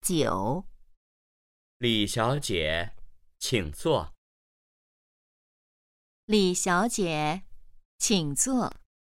九，李小姐，请坐。李小姐，请坐。